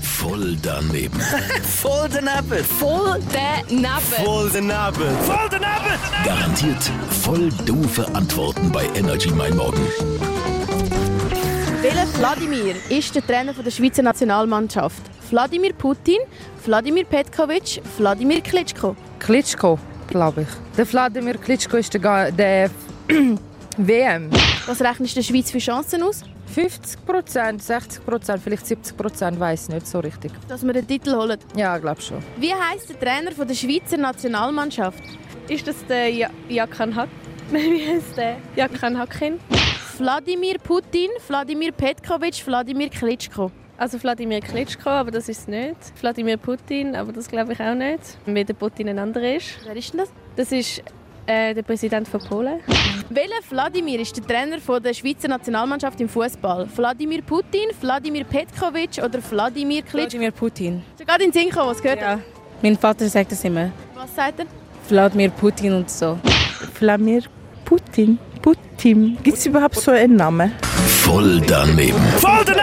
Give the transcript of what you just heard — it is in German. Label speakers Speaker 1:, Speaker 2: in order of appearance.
Speaker 1: Voll daneben.
Speaker 2: Voll daneben.
Speaker 3: Voll daneben.
Speaker 2: Voll daneben. Voll daneben.
Speaker 1: Garantiert voll doofe Antworten bei Energy Mein Morgen.
Speaker 4: Welcher Wladimir ist der Trainer der Schweizer Nationalmannschaft? Wladimir Putin, Wladimir Petkovic, Wladimir Klitschko.
Speaker 5: Klitschko, glaube ich. Der Vladimir Klitschko ist der, Ga- der WM.
Speaker 4: Was rechnest du der Schweiz für Chancen aus,
Speaker 5: 50 Prozent, 60 Prozent, vielleicht 70 Prozent, weiß nicht so richtig.
Speaker 4: dass wir den Titel holen?
Speaker 5: Ja, glaube schon.
Speaker 4: Wie heißt der Trainer von der Schweizer Nationalmannschaft?
Speaker 6: Ist das der ja Jakan Hak? Wie heißt der? Jakan Hakin?
Speaker 4: Wladimir Putin, Wladimir Petkovic, Wladimir Klitschko.
Speaker 6: Also Wladimir Klitschko, aber das ist es nicht. Wladimir Putin, aber das glaube ich auch nicht. Weil der Putin ein anderer ist.
Speaker 4: Wer ist denn das?
Speaker 6: Das ist äh, der Präsident von Polen.
Speaker 4: Welcher Wladimir ist der Trainer von der Schweizer Nationalmannschaft im Fußball? Wladimir Putin, Wladimir Petkovic oder Wladimir Klitschko?
Speaker 7: Wladimir Putin.
Speaker 4: Schon gerade in den Sinn gekommen, was gehört
Speaker 7: Ja. Mein Vater sagt das immer.
Speaker 4: habt. Was sagt er?
Speaker 7: Wladimir Putin und so.
Speaker 8: Vladimir Putin. Putin. Gibt es überhaupt so einen Namen?
Speaker 1: Voll daneben.
Speaker 2: Voll daneben.